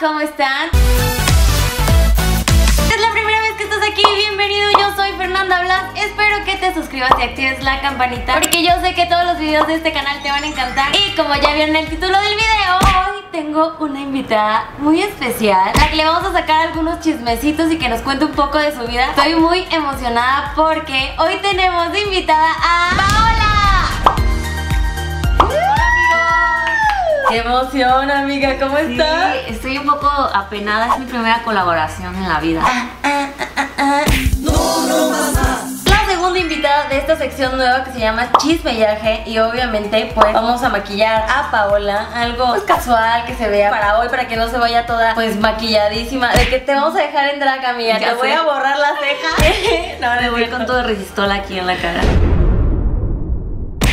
¿cómo están? Es la primera vez que estás aquí, bienvenido, yo soy Fernanda Blas. Espero que te suscribas y actives la campanita porque yo sé que todos los videos de este canal te van a encantar. Y como ya vieron el título del video, hoy tengo una invitada muy especial, a la que le vamos a sacar algunos chismecitos y que nos cuente un poco de su vida. Estoy muy emocionada porque hoy tenemos de invitada a Paola. ¡Qué emoción, amiga! ¿Cómo Sí, estás? estoy un poco apenada, es mi primera colaboración en la vida. Ah, La segunda invitada de esta sección nueva que se llama chismellaje y obviamente pues vamos a maquillar a Paola algo pues, casual que se vea para hoy para que no se vaya toda pues maquilladísima de que te vamos a dejar en drag amiga Ya te voy sé. a borrar la ceja no, no Me es voy cierto. con todo el resistol aquí en la cara.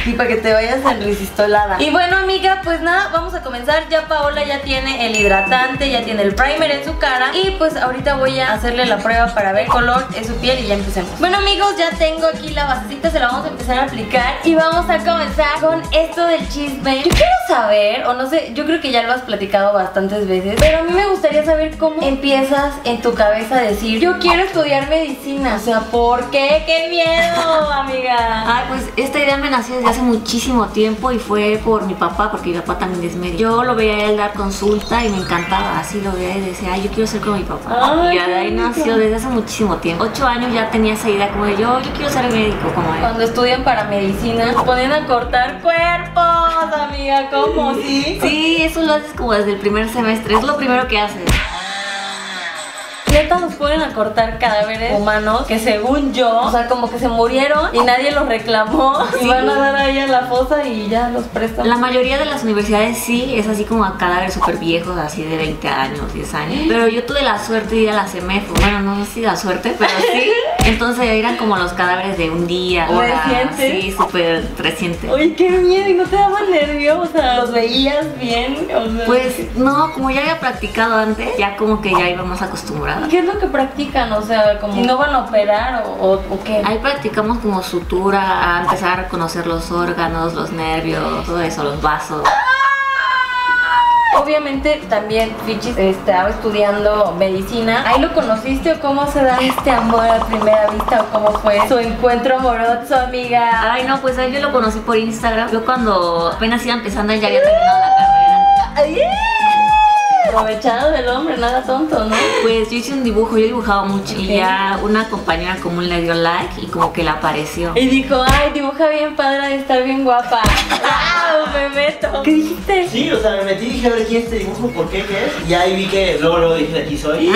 Y para que te vayas en resistolada. Y bueno, amiga, pues nada, vamos a comenzar. Ya Paola ya tiene el hidratante, ya tiene el primer en su cara. Y pues ahorita voy a hacerle la prueba para ver color en su piel y ya empecemos. Bueno, amigos, ya tengo aquí la basecita, se la vamos a empezar a aplicar. Y vamos a comenzar con esto del chisme. Yo quiero saber, o no sé, yo creo que ya lo has platicado bastantes veces, pero a mí me gustaría saber cómo empiezas en tu cabeza a decir, yo quiero estudiar medicina. O sea, ¿por qué? ¡Qué miedo, amiga! Ay, pues esta idea me nació desde hace muchísimo tiempo y fue por mi papá, porque mi papá también es médico. Yo lo veía a él dar consulta y me encantaba, así lo veía y decía, ay, yo quiero ser como mi papá. Ay, y ya de ahí qué bonito. nació desde hace muchísimo tiempo. Ocho años ya tenía esa idea como de yo, yo quiero ser médico como él. Cuando estudian para medicina, ponen a cortar cuerpos, amiga, ¿cómo sí? Sí, eso lo haces como desde el primer semestre, es lo primero que haces. Neta nos ponen a cortar cadáveres humanos que según yo, o sea, como que se murieron y nadie los reclamó. Y van a dar ahí a la fosa y ya los prestan. La mayoría de las universidades sí, es así como a cadáveres súper viejos, así de 20 años, 10 años. Pero yo tuve la suerte de ir a la CEMEFO. Bueno, no sé si la suerte, pero sí. Entonces eran como los cadáveres de un día, hora, Recientes. sí, súper reciente. Oye, qué miedo, ¿y no te daban nervios? O sea, ¿los veías bien? O sea, Pues no, como ya había practicado antes, ya como que ya íbamos acostumbradas. ¿qué es lo que practican? O sea, como si no van a operar o, o, o qué. Ahí practicamos como sutura, a empezar a conocer los órganos, los nervios, todo eso, los vasos. Obviamente también Fichis estaba estudiando medicina. ¿Ahí lo conociste o cómo se da este amor a primera vista o cómo fue su encuentro amoroso, amiga? Ay, no, pues a él yo lo conocí por Instagram. Yo cuando apenas iba empezando, él ya había terminado la carrera. Ay, eh. Aprovechado del hombre, nada tonto, ¿no? Pues yo hice un dibujo, yo dibujaba mucho Ok. y ya una compañera común le dio like y como que le apareció. Y dijo, ay, dibuja bien padre de estar bien guapa. ¡Wow! Me meto. ¿Qué dijiste? Sí, o sea, me metí y dije, a ver quién es este dibujo, por qué, qué es. Y ahí vi que luego, luego dije, de aquí soy.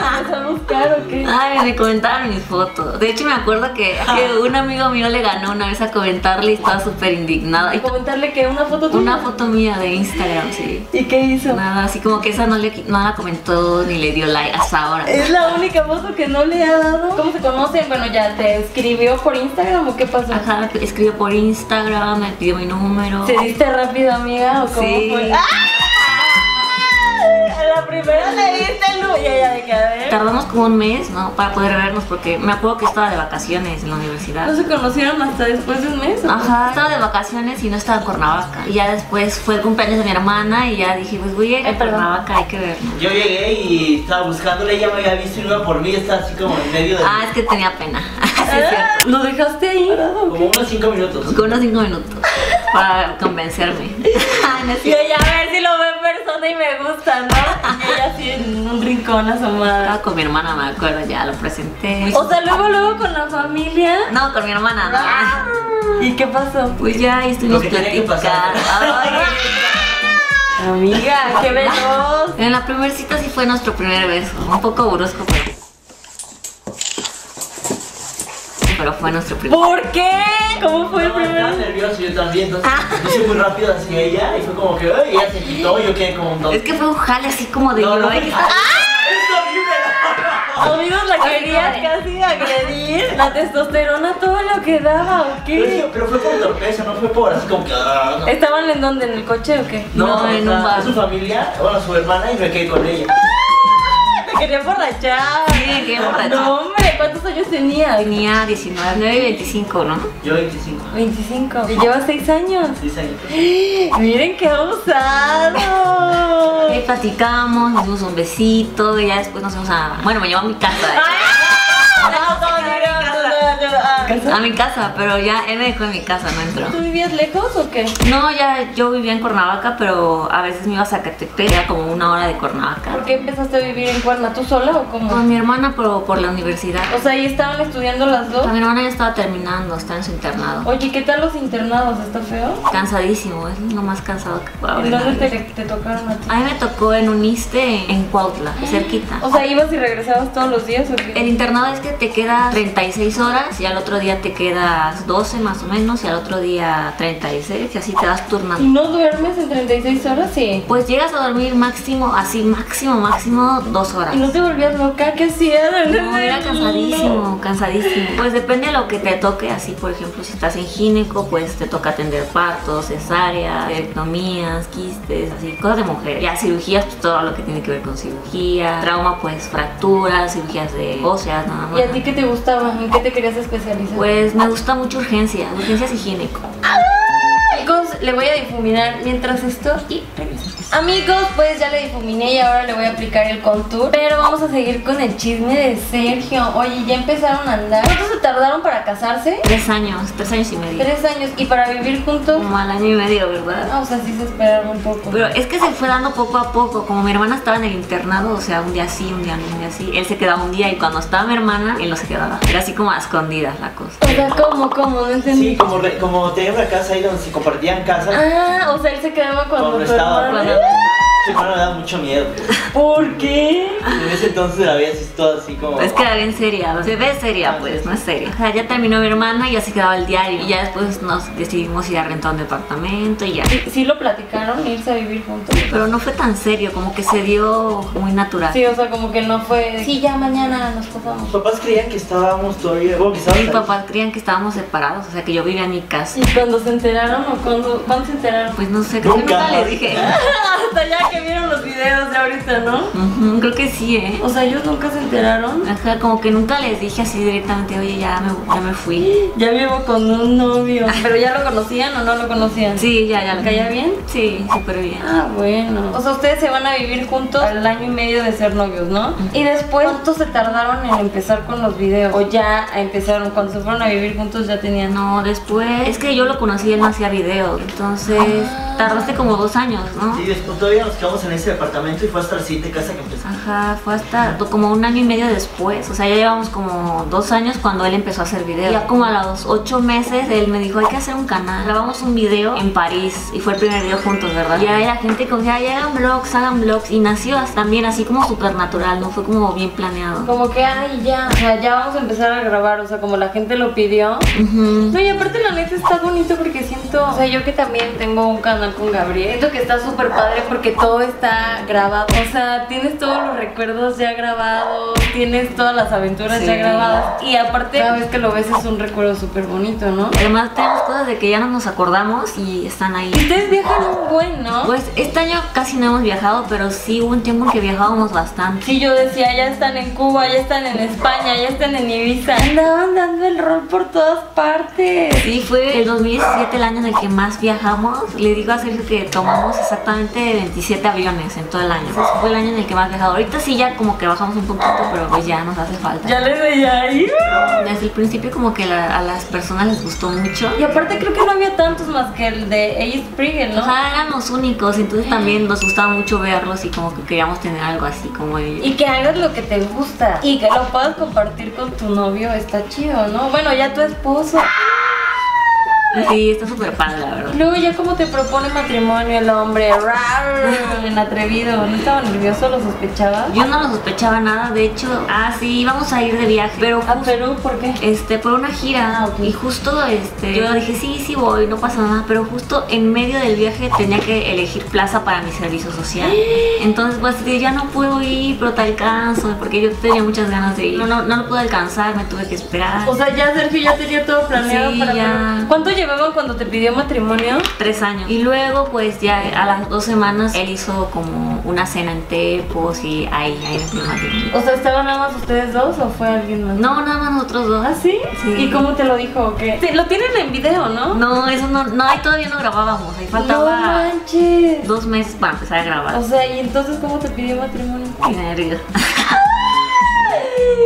¿Vas a buscar o qué? Ay, me comentaron mis fotos. De hecho, me acuerdo que, que un amigo mío le ganó una vez a comentarle y estaba súper indignada. Y Y comentarle que una foto tuya. Una foto mía de Instagram, sí. ¿Y qué hizo? Nada, así como que esa no, le, no la comentó ni le dio like hasta ahora. Es la única foto que no le ha dado. ¿Cómo se conocen? Bueno, ya te escribió por Instagram o qué pasó? Ajá, me escribió por Instagram, me pidió mi número. ¿Se diste rápido, amiga? ¿O cómo Sí. fue? ¡Ah! A la primera le diste el nu- Y ella de que, a ver. Tardamos como un mes, ¿no? Para poder vernos porque me acuerdo que estaba de vacaciones en la universidad. ¿No se conocieron hasta después de un mes? Ajá, estaba de vacaciones y no estaba en Cuernavaca. Y ya después fue el cumpleaños de mi hermana y ya dije, pues voy a ir Ay, a perdón. Cuernavaca, hay que verlo. Yo llegué y estaba buscándola, ella me había visto y iba por mí, estaba así como en medio de. Ah, es que tenía pena. Sí, es Ah, cierto. ¿Lo dejaste ahí? como unos 5 minutos. Con unos cinco minutos para convencerme. Ay, no es Y cierto. ella a ver si lo ve en persona y me gusta, ¿no? Y ella así en un rincón asomada. Estaba con mi hermana, me acuerdo, ya lo presenté. O sea, luego, luego con la familia. No, con mi hermana. no. Ah. ¿Y qué pasó? Pues ya ahí estuvimos Lo que tenía que pasar. platicando. Ay, Amiga, qué veloz. En la primera cita sí fue nuestro primer beso. Un poco brusco, pero. Pero fue nuestro primer ¿Por qué? ¿Cómo fue el No, estaba primer beso? nervioso yo también, entonces Ah. me puse muy rápido hacia ella y fue como que, ay, ella se quitó y yo quedé como un Es tonto. que fue un jale así como de No, yo, no, ay, ¡Es horrible! Amigos, la Ay, querías madre. casi agredir. La testosterona todo lo que daba, ¿o Pero, es que- qué? pero fue por sorpresa, no fue por así como que. ah, no. ¿Estaban en dónde? ¿En el coche o qué? no, en o un sea, bar. Su familia, bueno, su hermana y me quedé con ella. Te quería emborrachar. Sí, quería emborrachar. No, hombre, ¿cuántos años tenías? Tenía 19, 9 y 25, ¿no? Yo 25, 25. Y llevas 6 años. 6 añitos. Miren qué abusado. Ahí platicamos, nos dimos un besito y ya después nos fuimos a... Bueno, me llevó a mi casa. ¿eh? ¿Casa? A mi casa, pero ya él me dejó en mi casa, no entró. Ah, ¿Tú vivías lejos o qué? No, ya yo vivía en Cuernavaca, pero a veces me iba a Zacatepec, era como una hora de ¿Por Cuernavaca. qué empezaste a vivir en Cuerna? ¿Tú sola o Con cómo? mi hermana, pero por la universidad. O sea, ahí estaban estudiando las dos. Mi hermana ya estaba terminando, está en su internado. Oye, ¿qué tal los internados? ¿Está feo? Cansadísimo, es lo más cansado que pueda ¿En haber. dónde te, te tocaron a ti? A mí me tocó en Uniste, en Cuautla, cerquita. O sea, ¿ibas y regresabas todos los días o El qué? internado es que te quedas 36 horas y al otro día te quedas 12 más o menos y al otro día 36 y así te vas ¿Y turnando. no duermes en 36 horas? Sí. Pues llegas a dormir máximo, así máximo, máximo dos horas. ¿Y no te volvías loca? ¿Qué hacías? No, era cansadísimo, cansadísimo. Pues depende de lo que te toque, así por ejemplo, si estás en gineco, pues te toca atender partos, cesáreas, ectomías, quistes, así, cosas de mujer. Ya cirugías, pues todo lo que tiene que ver con cirugía, trauma, pues fracturas, cirugías de óseas, nada más. ¿Y a ti qué te gustaba? ¿En qué te querías especializar? Pues me gusta mucho urgencia, urgencias y gineco. Amigos, le voy a difuminar mientras esto y regresamos. Amigos, pues ya le difuminé y ahora le voy a aplicar el contour. Pero vamos a seguir con el chisme de Sergio. Oye, ya empezaron a andar. ¿Cuánto se tardaron para casarse? Tres años, tres años y medio. Tres años. ¿Y para vivir juntos? Como al año y medio, ¿verdad? Ah, o sea, sí se esperaron un poco. Pero es que se fue dando poco a poco, como mi hermana estaba en el internado, o sea, un día sí, un día no, un día sí, él se quedaba un día y cuando estaba mi hermana, él no se quedaba. Era así como a escondidas la cosa. O sea, ¿cómo, cómo? No entendí. Sí, como, re- como tenían una casa ahí donde se compartían casas, Ah, o sea, él se quedaba cuando Cuando tu estaba- hermana- Cuando- su hermano me daba mucho miedo. ¿Por qué? En ese entonces la veía así todo así como... Es que era bien seria, se ve seria pues, no es seria. O sea, ya terminó mi hermana y ya se quedaba el diario. Y ya después nos decidimos ir a rentar un departamento y ya. ¿Sí, sí lo platicaron irse a vivir juntos? Pero no fue tan serio, como que se dio muy natural. Sí, o sea, como que no fue. Sí, ya mañana nos casamos. Mis papás creían que estábamos todavía... Bueno, que estábamos Mis ahí. papás creían que estábamos separados, o sea, que yo vivía en mi casa. ¿Y cuando se enteraron o cuando, cuándo se enteraron? Pues no sé, creo que Nunca. nunca le dije. Hasta ya que vieron los videos de ahorita, ¿no? Ujú, creo que sí, ¿eh? O sea, ellos nunca se enteraron. Ajá, como que nunca les dije así directamente, oye, ya me, ya me fui. Ya vivo con un novio. Ah, ¿Pero ya lo conocían o no lo conocían? Sí, ya, ya. ¿Le caía bien? Sí, súper bien. Ah, bueno. O sea, ustedes se van a vivir juntos al año y medio de ser novios, ¿no? Y después, ¿cuánto se tardaron en empezar con los videos? O ya empezaron, cuando se fueron a vivir juntos ya tenían... No, después, es que yo lo conocí, él no hacía videos, entonces tardaste como dos años, ¿no? Y después todavía nos quedamos en ese departamento y fue hasta la siguiente casa que empezamos. Ajá, fue hasta to- como un año y medio después, o sea, ya llevamos como dos años cuando él empezó a hacer videos. Ya como a los ocho meses él me dijo, hay que hacer un canal. Grabamos un video en París y fue el primer video juntos, ¿verdad? Y ahí la gente como que, "Ay, hagan vlogs, hagan vlogs. Y nació hasta- también así como supernatural, no fue como bien planeado. Como que, ay, ya, o sea, ya vamos a empezar a grabar, o sea, como la gente lo pidió. Ujú. No, y aparte la neta está bonito porque siento, o sea, yo que también tengo un canal con Gabriel, siento que está súper padre porque todo está grabado, o sea, tienes todos los recuerdos ya grabados, tienes todas las aventuras Sí. ya grabadas y aparte cada vez que lo ves es un recuerdo súper bonito, ¿no? Además tenemos cosas de que ya no nos acordamos y están ahí. Ustedes viajan un buen, ¿no? Pues este año casi no hemos viajado, pero sí hubo un tiempo en que viajábamos bastante. Sí, yo decía, ya están en Cuba, ya están en España, ya están en Ibiza. Andaban dando el rol por todas partes. Sí, fue el 2017 el año en el que más viajamos. Le digo a Sergio que tomamos exactamente 27 aviones en todo el año. Ese fue el año en el que más viajado. Ahorita sí ya como que bajamos un poquito, pero pues ya nos hace falta. Ya les veía ahí. Desde el principio como que la- a las personas les gustó mucho. Y aparte creo que no había tantos más que el de Ace Springer, ¿no? O sea, eran los únicos, entonces también nos gustaba mucho verlos y como que queríamos tener algo así como ellos. Y que hagas lo que te gusta y que lo puedas compartir con tu novio está chido, ¿no? Bueno, ya tu esposo. Sí, está súper padre, la verdad. Y luego ya como te propone matrimonio el hombre, rar, en atrevido, ¿no estaba nervioso? ¿Lo sospechaba? Yo no lo sospechaba nada, de hecho, ah, sí, íbamos a ir de viaje, pero ¿A Perú por qué? este, por una gira Ah, ok. y justo este, yo dije sí, sí voy, no pasa nada, pero justo en medio del viaje tenía que elegir plaza para mi servicio social. Entonces pues dije, ya no puedo ir, pero te alcanzo, porque yo tenía muchas ganas de ir. No, no, no lo pude alcanzar, me tuve que esperar. O sea, ya Sergio ya tenía todo planeado Sí, para ya. Perú. ¿Cuánto llevaban cuando te pidió matrimonio? tres años. Y luego, pues ya a las dos semanas, él hizo como una cena en Tepos y ahí, ahí nos dio matrimonio. O sea, ¿estaban nada más ustedes dos o fue alguien más? No, nada más nosotros dos. ¿Ah, sí? Sí. ¿Y cómo te lo dijo o qué? Sí, lo tienen en video, ¿no? No, eso no, no, ahí todavía no grabábamos, ahí No faltaba manches. dos meses para empezar a O grabar. sea, ¿y entonces cómo te pidió matrimonio? Qué nervios.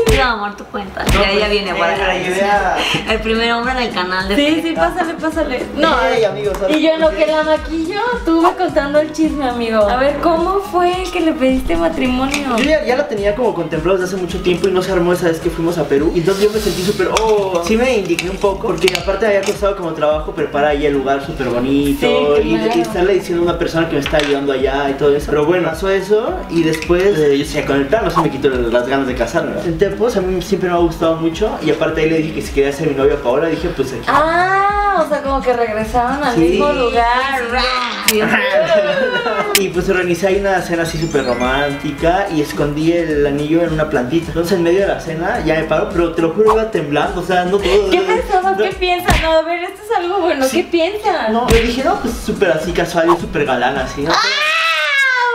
Sí, amor, tu cuenta. Ya, ya viene por para acá. la idea. El primer hombre del canal de Sí, sí, pásale, pásale. No, Ey, amigos, ¿sabes y yo en lo qué? que la maquillo, tú ve contando el chisme, amigo. A ver, ¿cómo fue que le pediste matrimonio? Yo ya, ya lo tenía como contemplado desde hace mucho tiempo y no se armó esa vez que fuimos a Perú. Y entonces yo me sentí súper, oh, sí me indigné un poco porque aparte había costado como trabajo preparar ahí el lugar súper bonito Sí, y, claro. y estarle diciendo a una persona que me está ayudando allá y todo eso. Pero bueno, pasó eso y después eh, yo seguía con el plan, no se me quitó las ganas de casarme. ¿verdad? En Tepos pues, a mí siempre me ha gustado mucho y aparte ahí le dije que si quería ser mi novia Paola, dije pues aquí. Ah, o sea, como que regresaban al Sí. mismo lugar. Sí, Y pues organizé ahí una cena así súper romántica y escondí el anillo en una plantita. Entonces en medio de la cena ya me paro, pero te lo juro iba temblando, o sea, no todo. ¿Qué pensabas? no- ¿Qué piensas? No, a ver, esto es algo bueno. Sí. ¿Qué piensas? No, yo dije, no, pues súper así casual, yo súper galán así. ¿no? Ah,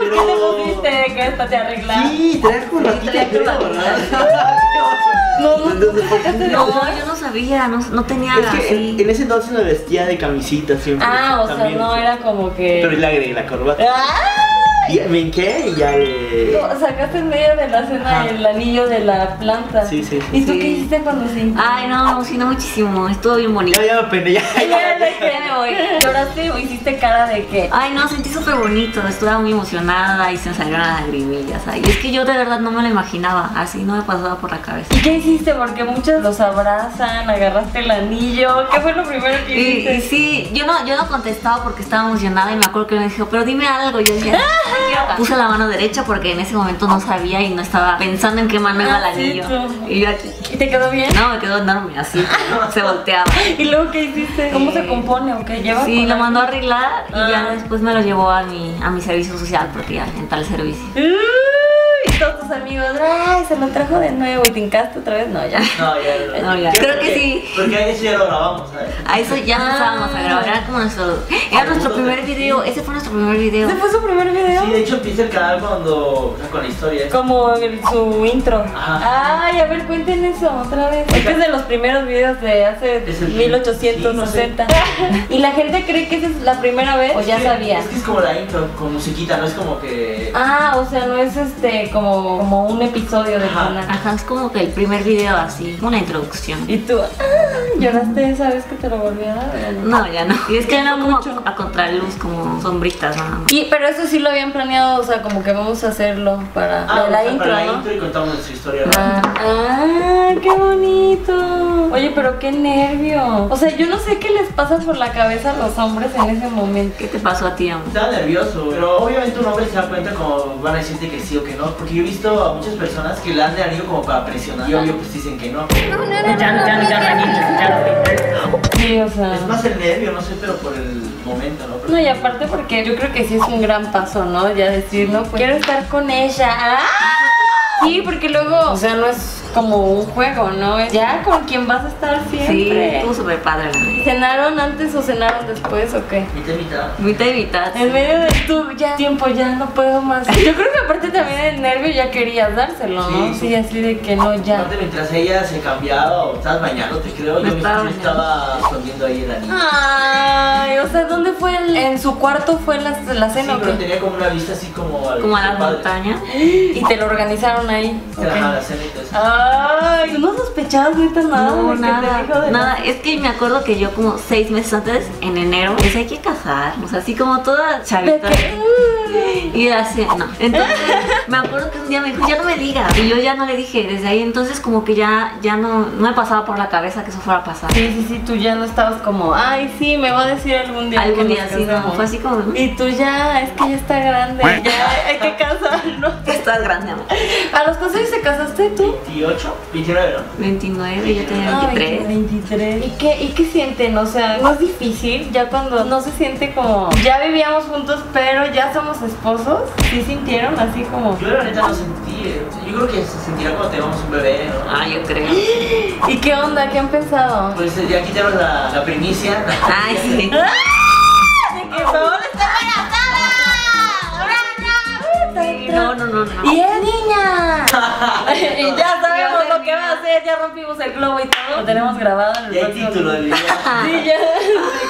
¿Qué Pero- te pusiste de que esto te arregla? Sí, traes con ratita, traía creo, corbatita. ¿verdad? No, no, Entonces, pues, No, yo no sabía, no, no tenía es que así. en, en ese entonces me vestía de camisita siempre. Ah, o sea, también. no era como que. Pero le agregué la corbata. ¡Ah! Y me hinqué y ya le. No, sacaste en medio de la cena Ajá. el anillo de la planta. Sí, sí, sí. ¿Y tú Sí. qué hiciste cuando se hinchó? Ay, no, me emocionó muchísimo, estuvo bien bonito. Ya, ya me peiné, ya. Ya de que me voy. ¿Lloraste o hiciste cara de que ah, Ay, no, sentí súper bonito, estuve muy emocionada y se me salieron las lagrimillas. Ay, es que yo de verdad no me lo imaginaba, así no me pasaba por la cabeza. ¿Y qué hiciste? Porque muchos los abrazan, agarraste el anillo. ¿Qué fue lo primero que Y, hiciste? y sí, yo no, yo no contestaba porque estaba emocionada y me acuerdo que me dijo, pero dime algo. Yo decía, "Ay, quiero ca-". puse la mano derecha porque en ese momento no sabía y no estaba pensando en qué mano iba el Ah, sí, anillo. tú. Y yo aquí, ¿Y te quedó bien? no, me quedó enorme así, se volteaba. ¿Y luego qué hiciste? ¿Cómo se compone? ¿O qué lleva? Sí, con lo la- mandó a arreglar y Ah. ya después me lo llevó a mi, a mi servicio social porque ya en tal servicio. Uy, Y todos tus amigos, ay, se lo trajo de nuevo y te hincaste otra vez. No, ya. No, ya, ya. No, ya. Creo que sí. Porque eso ya lo grabamos, ¿sabes? A eso ya empezábamos a grabar, era como nuestro, era nuestro primer video, ese fue nuestro primer video. ¿Ese fue su primer video? Sí, de hecho empieza el canal cuando. con la historia. esa. Como el- su intro. Ajá. Ay, a ver, cuenten eso otra vez. Este es de los primeros videos de hace Es el- 1860. ¿Y la gente cree que esa es la primera vez? O pues ya Es que- sabía. Es que es como la intro, con musiquita, no es como que. Ah, o sea, no es este como, como un episodio de Ajá. canal. Ajá, es como que el primer video así, una introducción. Y tú, ah, ¿lloraste esa vez que te lo volví a dar? o no? No, ya no. Y es que era como a contraluz, como sombritas nada más. Y, pero eso sí lo habían planeado, o sea, como que vamos a hacerlo para Ah, la o sea, intro, para la ¿no? intro y contamos nuestra historia. ¿no? Ah, ah, qué bonito. Oye, pero qué nervio. O sea, yo no sé qué les pasa por la cabeza a los hombres en ese momento. ¿Qué te pasó a ti, amor? Estaba nervioso, pero obviamente un hombre se da cuenta como van a decirte que sí o que no, porque yo he visto a muchas personas que le han de anillo como para presionar y obvio pues dicen que no. Sí, o sea. Es más el nervio, no sé, pero por el momento, ¿no? Pero- Ah. No, y aparte porque yo creo que sí es un gran paso, ¿no? Ya decir, no, pues, quiero estar con ella. ¡Ah! Sí, porque luego, o sea, no es como un juego, ¿no? Es ya con quien vas a estar Sí, siempre. estuvo súper padre. la neta. ¿Cenaron antes o cenaron después o qué? Mitad y mitad. Mitad y mitad. En medio de tu ya tiempo ya no puedo más. Yo creo que aparte también el nervio ya querías dárselo, ¿no? Sí. Sí, así de que no ya. Aparte, mientras ella se cambiaba o estabas bañándote, creo, yo Me me estaba yo estaba escondiendo ahí el anillo. Ay, o sea, ¿dónde fue el- en su cuarto fue la, la Sí, cena o pero qué? tenía como una vista así como al Como a las padre. montañas. Y te lo organizaron ahí. Ajá, la Ok. ¿Ah, cena y todo eso. Ay, ¿tú no sospechabas neta nada? No, de que te dijo nada, de- nada. Es que me acuerdo que yo como seis meses antes, en enero, pues hay que casarnos, así como toda De chavita. que, mm. Y así, no. Entonces, me acuerdo que un día me dijo, ya no me digas. Y yo ya no le dije. Desde ahí entonces como que ya, ya no, no me pasaba por la cabeza que eso fuera a pasar. Sí, sí, sí, tú ya no estabas como, ay, sí, me va a decir algún día. Algún que día nos así, no. casamos". Fue así como, "Mm, Y tú ya, es que ya está grande, ya hay que casarnos. estás grande, amor. ¿A los cuántos años te casaste tú? 28, 29, ¿no? 29, yo tenía 23. 23. ¿Y qué, ¿Y qué sienten? O sea, no es difícil ya cuando no se siente como. Ya vivíamos juntos, pero ya somos esposos. ¿Sí sintieron así como? Yo la neta no sentí. eh. O sea, Yo creo que se sentirá cuando tengamos un bebé, ¿no? Ah, yo creo. ¿Y qué onda? ¿Qué han pensado? Pues eh, ya aquí tenemos la, la primicia. Ay, sí. ¡Ah! De que Paola está embarazada. ¡Bravo! Sí, No, no, no, no. Y es niña. y ya sabemos lo que va a hacer, ya rompimos el globo y todo. Lo tenemos grabado en el Ya hay próximo título del video. Sí, ya. De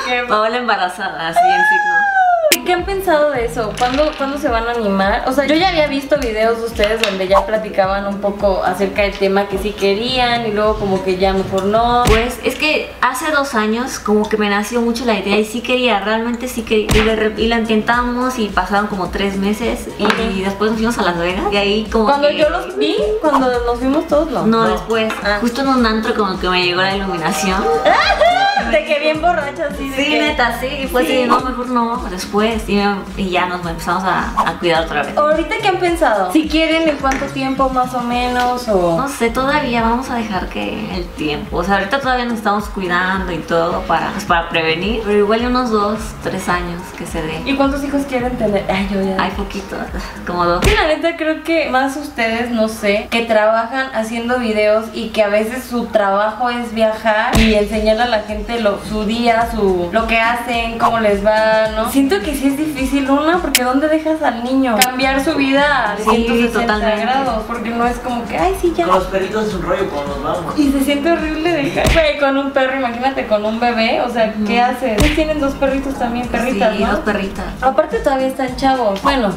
que- Ah, Paola embarazada, así en signo. ¿Y ¿Qué han pensado de eso? ¿Cuándo, ¿Cuándo se van a animar? O sea, yo ya había visto videos de ustedes donde ya platicaban un poco acerca del tema que sí querían y luego como que ya mejor no. Pues es que hace dos años como que me nació mucho la idea y sí quería, realmente sí quería. Y, de re- y la intentamos y pasaron como tres meses y, Ujú. después nos fuimos a Las Vegas y ahí como Cuando que- yo los vi, cuando nos vimos todos, no. No, después, Ah. justo en un antro como que me llegó la iluminación. De que bien borracha así. de Sí, que- neta, sí. Y fue Sí. así, no, mejor no, después. Y, me- y ya nos empezamos a, a cuidar otra vez. ¿Ahorita qué han pensado? Si quieren, ¿en cuánto tiempo más o menos? O... No sé, todavía vamos a dejar que el tiempo. O sea, ahorita todavía nos estamos cuidando y todo para, pues, para prevenir. Pero igual unos dos, tres años que se dé. ¿Y cuántos hijos quieren tener? Ay, yo ya. Hay poquitos, como dos. Sí, la neta creo que más ustedes, no sé, que trabajan haciendo videos y que a veces su trabajo es viajar y enseñar a la gente lo, su día, su lo que hacen, cómo les va, ¿no? Siento que sí es difícil una porque ¿dónde dejas al niño? Cambiar su vida a Sí, 160 totalmente. grados porque no es como que, ay, sí, ya. Con los perritos es un rollo cuando nos vamos. Y se siente horrible dejar. Güey, con un perro, imagínate con un bebé, o sea, ¿qué haces? Ustedes tienen dos perritos también, perritas, sí, ¿no? dos perritas. Aparte todavía están chavos. Bueno.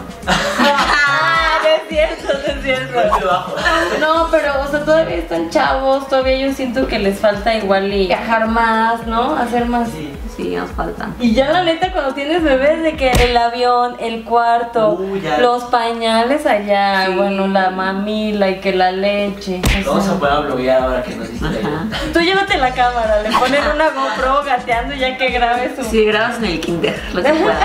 Ah, no es cierto, no es cierto. Golpe bajo. No, pero, o sea, todavía están chavos, todavía yo siento que les falta igual y viajar más, ¿no? Hacer más. Sí. Sí, nos faltan. Y ya la neta cuando tienes bebés de que el avión, el cuarto, Uh, ya. los pañales allá, Sí. bueno, la mamila y que la leche. o sea. Lo vamos a poner a bloguear ahora que nos diste la idea. Ajá. Tú llévate la cámara, le ponen una GoPro gateando ya que grabe su... Sí, grabas en el kinder, lo que puedas.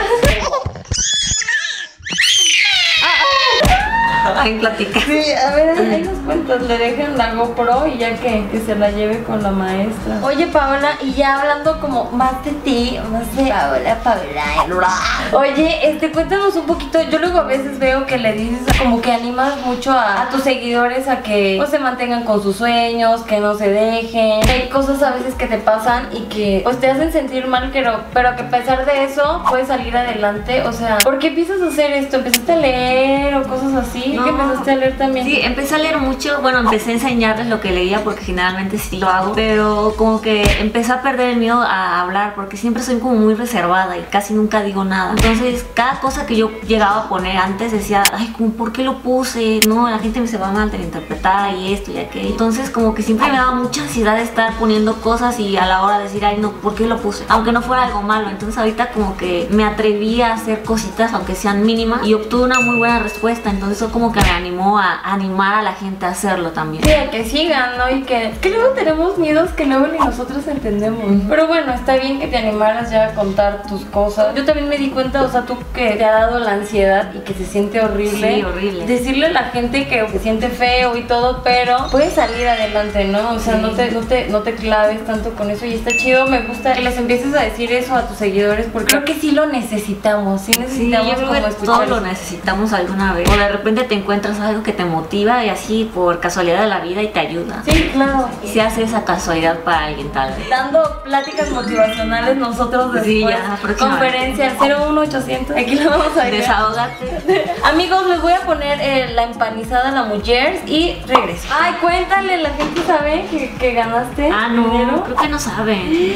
Ay, platica. Sí, a ver, ahí nos cuentas, le dejan la GoPro y ya que, que se la lleve con la maestra. Oye, Paola, y ya hablando como más de ti, más de Paola, Paola. Oye, este, cuéntanos un poquito, yo luego a veces veo que le dices como que animas mucho a, a tus seguidores a que pues, se mantengan con sus sueños, que no se dejen. Hay cosas a veces que te pasan y que pues te hacen sentir mal, pero, pero que a pesar de eso puedes salir adelante. O sea, ¿por qué empiezas a hacer esto? ¿Empezaste a leer o cosas así? No. ¿Qué empezaste a leer también? Sí, empecé a leer mucho, bueno, empecé a enseñarles lo que leía porque generalmente sí lo hago, pero como que empecé a perder el miedo a hablar porque siempre soy como muy reservada y casi nunca digo nada. Entonces, cada cosa que yo llegaba a poner antes decía, ay, como, ¿por qué lo puse? No, la gente me se va a malinterpretar y esto y aquello. Entonces, como que siempre me daba mucha ansiedad estar poniendo cosas y a la hora decir, ay, no, ¿por qué lo puse? Aunque no fuera algo malo. Entonces, ahorita como que me atreví a hacer cositas, aunque sean mínimas, y obtuve una muy buena respuesta. Entonces, eso como que me animó a animar a la gente a hacerlo también. Sí, a que sigan, ¿no? Y que, que luego tenemos miedos que luego ni nosotros entendemos. Pero bueno, está bien que te animaras ya a contar tus cosas. Yo también me di cuenta, o sea, tú que te ha dado la ansiedad y que se siente horrible. Sí, horrible. Decirle a la gente que se siente feo y todo, pero puedes salir adelante, ¿no? O sea, no, te, no, te, no te claves tanto con eso y está chido. Me gusta que les empieces a decir eso a tus seguidores porque creo que sí lo necesitamos. Sí Sí, yo necesitamos creo como que escuchar todos eso. lo necesitamos alguna vez. O de repente te encuentras algo que te motiva y así por casualidad de la vida y te ayuda. Sí, claro. Y se hace esa casualidad para alguien tal vez. dando pláticas motivacionales nosotros después. Sí, ya, próxima vez. Conferencia 01800. Aquí la vamos a ver. Desahogate. Amigos, les voy a poner eh, la empanizada a la mujer y regreso. Ay, cuéntale, la gente sabe que, que ganaste. Ah, no, dinero? creo que no saben.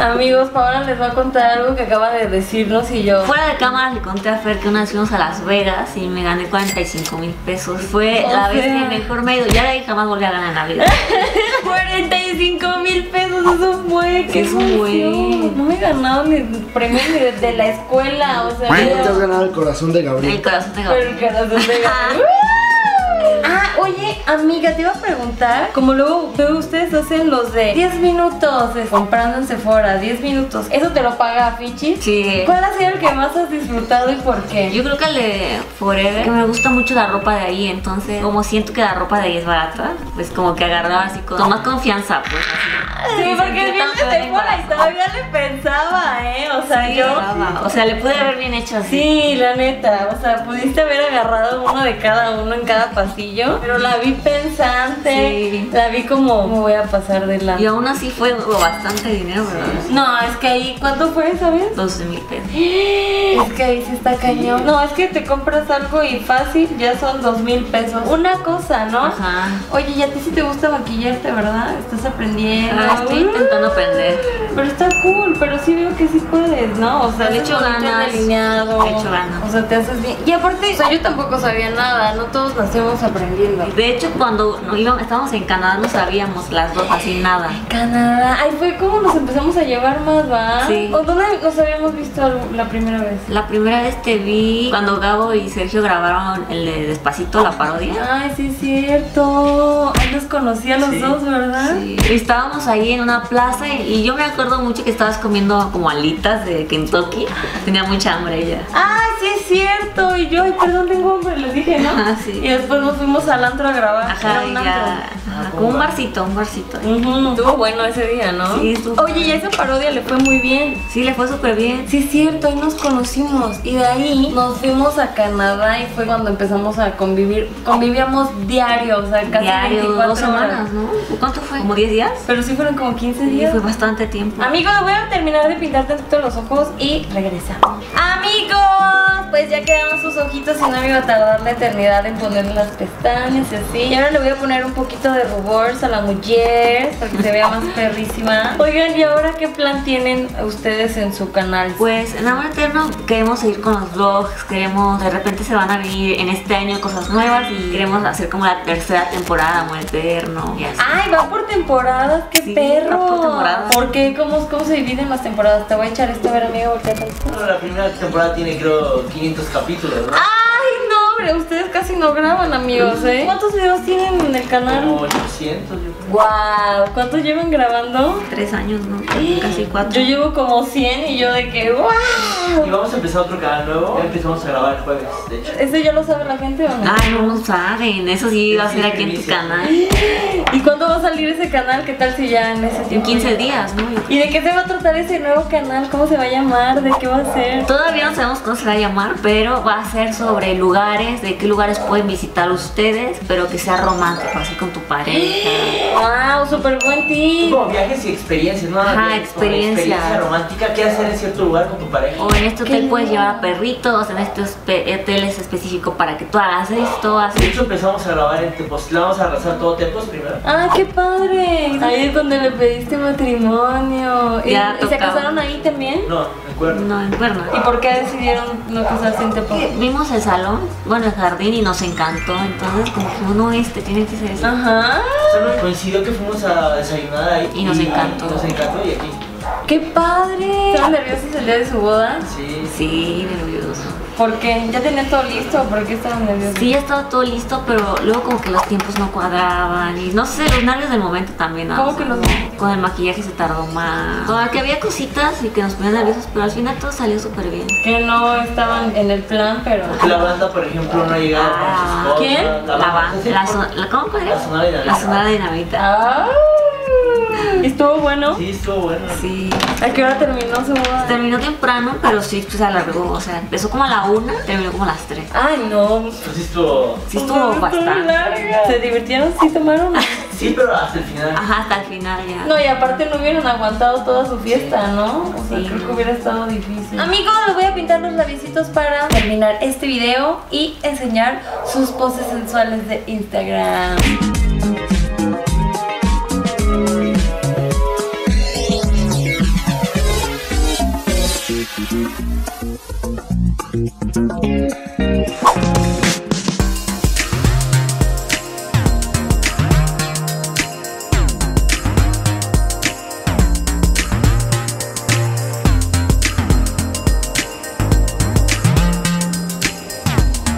Amigos, Paola les va a contar algo que acaba de decirnos y yo. Fuera de cámara le conté a Fer que una vez fuimos a Las Vegas y me gané 45 mil pesos. Fue O la vez sea. que mejor me he ido. Ya de ahí jamás volví a ganar en la vida. 45 mil pesos, eso fue, qué Es un buen. emoción. No me he ganado ni premios ni de, de la escuela, o sea. No te has ganado el corazón de Gabriel. El corazón te Pero el corazón de gato. Ah, oye, amiga, te iba a preguntar. Como luego veo ustedes hacen los de 10 minutos eh, comprando en Sephora, 10 minutos. ¿Eso te lo paga Fichi? Sí. ¿Cuál ha sido el que más has disfrutado y por qué? Yo creo que el de Forever, que me gusta mucho la ropa de ahí, entonces como siento que la ropa de ahí es barata, pues como que agarraba así con, con más confianza, pues así. Sí, porque es bien de Sephora y está todavía le pensaba, ¿eh? O sea, yo. O sea, le pude haber bien hecho así. Sí, la neta, o sea, pudiste haber agarrado uno de cada uno en cada pasillo, pero la vi pensante, Sí. la vi como, ¿cómo voy a pasar de la... Y aún así fue bastante dinero, ¿verdad? No, es que ahí, ¿cuánto fue, sabes? 12 mil pesos. Es que ahí sí está cañón. No, es que te compras algo y fácil, ya son dos mil pesos. Una cosa, ¿no? Ajá. Oye, y a ti sí te gusta maquillarte, ¿verdad? Estás aprendiendo. Ah, estoy intentando aprender. Pero está cool, pero sí veo que sí puedes, ¿no? O sea, Le haces echo bonito ganas. delineado. Le echo ganas. O sea, te haces bien. Y aparte, o sea, yo tampoco sabía nada, no todos nacemos aprendiendo. De hecho, cuando no íbamos, estábamos en Canadá no sabíamos las dos así nada. Canadá, ay, fue como nos empezamos a llevar más, ¿va? Sí. ¿O dónde nos habíamos visto al- la primera vez? La primera vez te vi cuando Gabo y Sergio grabaron el de Despacito, la parodia. Ay, sí es cierto. Ay, nos conocí a los dos, ¿verdad? Sí. Y Estábamos ahí en una plaza y, y yo me acuerdo mucho que estabas comiendo como alitas de Kentucky. Tenía mucha hambre ella. Ay, sí es cierto. Y yo, ay, perdón, tengo hambre, les dije, ¿no? Ah, sí. Y después nos fuimos al antro a grabar. Ajá, Era y un ya. antro. Ah, ajá, Como un barcito, un barcito. Ujú, Estuvo bueno ese día, ¿no? Sí, estuvo- Oye, y a esa parodia le fue muy bien. Sí, le fue súper bien. Sí, es cierto, ahí nos conocimos y de ahí nos fuimos a Canadá y fue cuando empezamos a convivir. Convivíamos diario, o sea, casi Diario, 24 dos semanas, horas. ¿no? ¿Cuánto fue? ¿Como 10 días? Pero sí fueron como 15 Sí, días. fue bastante tiempo. Amigos, voy a terminar de pintar tantito los ojos y regresamos. Amigos, pues ya quedaron sus ojitos y no me iba a tardar la eternidad en ponerle las pestañas y así. Y ahora le voy a poner un poquito de rubor a la mujer para que se vea más perrísima. Oigan, ¿y ahora qué plan tienen ustedes en su canal? Pues en Amor Eterno queremos seguir con los vlogs, queremos, de repente se van a venir en este año cosas nuevas y queremos hacer como la tercera temporada de Amor Eterno y así. Ay, va por temporadas, qué Sí, perro. va por temporadas. ¿Por qué? ¿Cómo, ¿Cómo se dividen las temporadas? Te voy a echar esto, a ver, amigo, voltea tantito. Bueno, la primera temporada tiene creo 500 capítulos, ¿no? Ay, no, hombre, ustedes casi no graban, amigos, ¿eh? ¿Cuántos videos tienen en el canal? Como 800, yo creo. Wow, ¿cuánto llevan grabando? Tres años, ¿no? Casi cuatro. Yo llevo como 100 y yo de que wow. Y vamos a empezar otro canal nuevo. Ya empezamos a grabar el jueves, de hecho. ¿Eso ya lo sabe la gente o no? Ay, no no saben, eso sí va a Sí, ser sí, aquí en tu primicia. canal. ¿Y cuándo va a salir ese canal? ¿Qué tal si ya en ese En tiempo? 15 días, ¿no? Yo creo. ¿Y de qué se va a tratar ese nuevo canal? ¿Cómo se va a llamar? ¿De qué va a ser? Todavía no sabemos cómo se va a llamar, pero va a ser sobre lugares, de qué lugares pueden visitar ustedes, pero que sea romántico, así con tu pareja. Wow, súper buen tip. Como viajes y experiencias, ¿no? Ajá, Como la experiencias. Experiencia romántica, ¿qué hacer en cierto lugar con tu pareja? O en este Qué hotel puedes lindo. llevar a perritos, en este hospe- hotel es específico para que tú hagas esto, De así. hecho empezamos a grabar en Tepoztlán, vamos a arrasar todo Tepos primero. Ah, qué padre. Ahí es donde le pediste matrimonio. ¿Y, Ya y se tocaba. casaron ahí también? No, me acuerdo. No, en Cuerna. ¿Y por qué decidieron no casarse en Tepoztlán? Vimos el salón, bueno, el jardín y nos encantó, entonces como que uno este tiene que ser este. Ajá. Solo coincidió que fuimos a desayunar ahí. Y nos encantó. Nos encantó y aquí. ¡Qué padre! ¿Estaban nerviosos el día de su boda? Sí. Sí, nervioso. ¿Por qué? ¿Ya tenían todo listo? ¿Por qué estaban nerviosos? Sí, ya estaba todo listo, pero luego como que los tiempos no cuadraban y no sé, los nervios del momento también. ¿no? ¿Cómo O sea, que los- Con el maquillaje se tardó más. Como que había cositas y que nos ponían nerviosos, pero al final todo salió súper bien. Que no estaban en el plan, pero... Porque la banda, por ejemplo, no llegaba Ah. con sus cosas. ¿Quién? La banda. La, la, son- la- ¿Cómo podría? La sonora dinamita. La sonora dinamita. ¡Ah! ¿Estuvo bueno? Sí, estuvo bueno. Sí. ¿A qué hora terminó su boda? Terminó temprano, pero sí pues, se alargó. O sea, empezó como a la una, terminó como a las tres. ¡Ay, no! Pues sí estuvo. Sí estuvo bastante. larga. ¿Se divirtieron? ¿Sí tomaron? Sí, pero hasta el final. Ajá, hasta el final ya. No, y aparte no hubieran aguantado toda su fiesta, ¿no? O sea, Sí. creo que hubiera estado difícil. Amigos, les voy a pintar los labiecitos para terminar este video y enseñar sus poses sensuales de Instagram.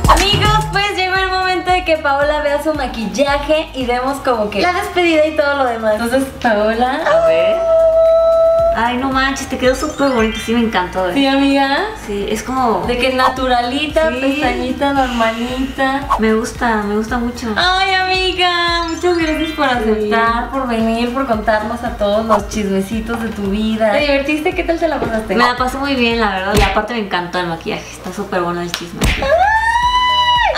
Amigos, pues llegó el momento de que Paola vea su maquillaje y vemos como que la despedida y todo lo demás. Entonces, Paola, A ver. Ay, no manches, te quedó súper bonito, sí me encantó. eh. sí, amiga, Sí, es como... de que naturalita, Sí. pestañita normalita. Me gusta, me gusta mucho. Ay, amiga, muchas gracias por aceptar, por venir, por contarnos a todos los chismecitos de tu vida. ¿Te divertiste? ¿Qué tal te la pasaste? Me la pasé muy bien, la verdad. Y aparte me encantó el maquillaje, está súper bueno el chisme.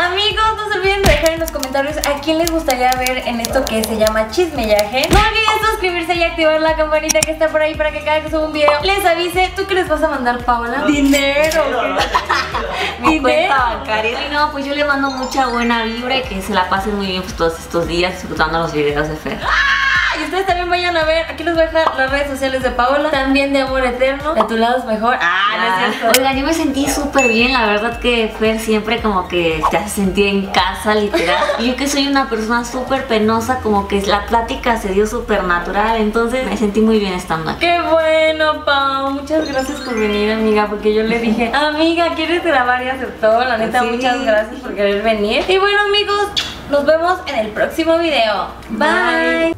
Amigos, no se olviden de dejar en los comentarios a quién les gustaría ver en esto que se llama chismellaje. No olviden suscribirse y activar la campanita que está por ahí para que cada que suba un video les avise. ¿Tú qué les vas a mandar, Paola? Dinero. Mi Dinero. cuenta bancaria. Ay, no, pues yo le mando mucha buena vibra y que se la pasen muy bien pues, todos estos días disfrutando los videos de Fer. Y ustedes también vayan a ver. Aquí les voy a dejar las redes sociales de Paola. También de Amor Eterno. De tu lado es mejor. Ah, no es cierto. Oigan, yo me sentí súper bien, la verdad que Fer siempre como que te hace sentir en casa, literal. Y yo que soy una persona súper penosa, como que la plática se dio súper natural, entonces me sentí muy bien estando aquí. Qué bueno, Pau. Muchas gracias por venir, amiga. Porque yo le dije, amiga, ¿quieres grabar? Y aceptó. La neta, Sí. muchas gracias por querer venir. Y bueno, amigos, nos vemos en el próximo video. Bye.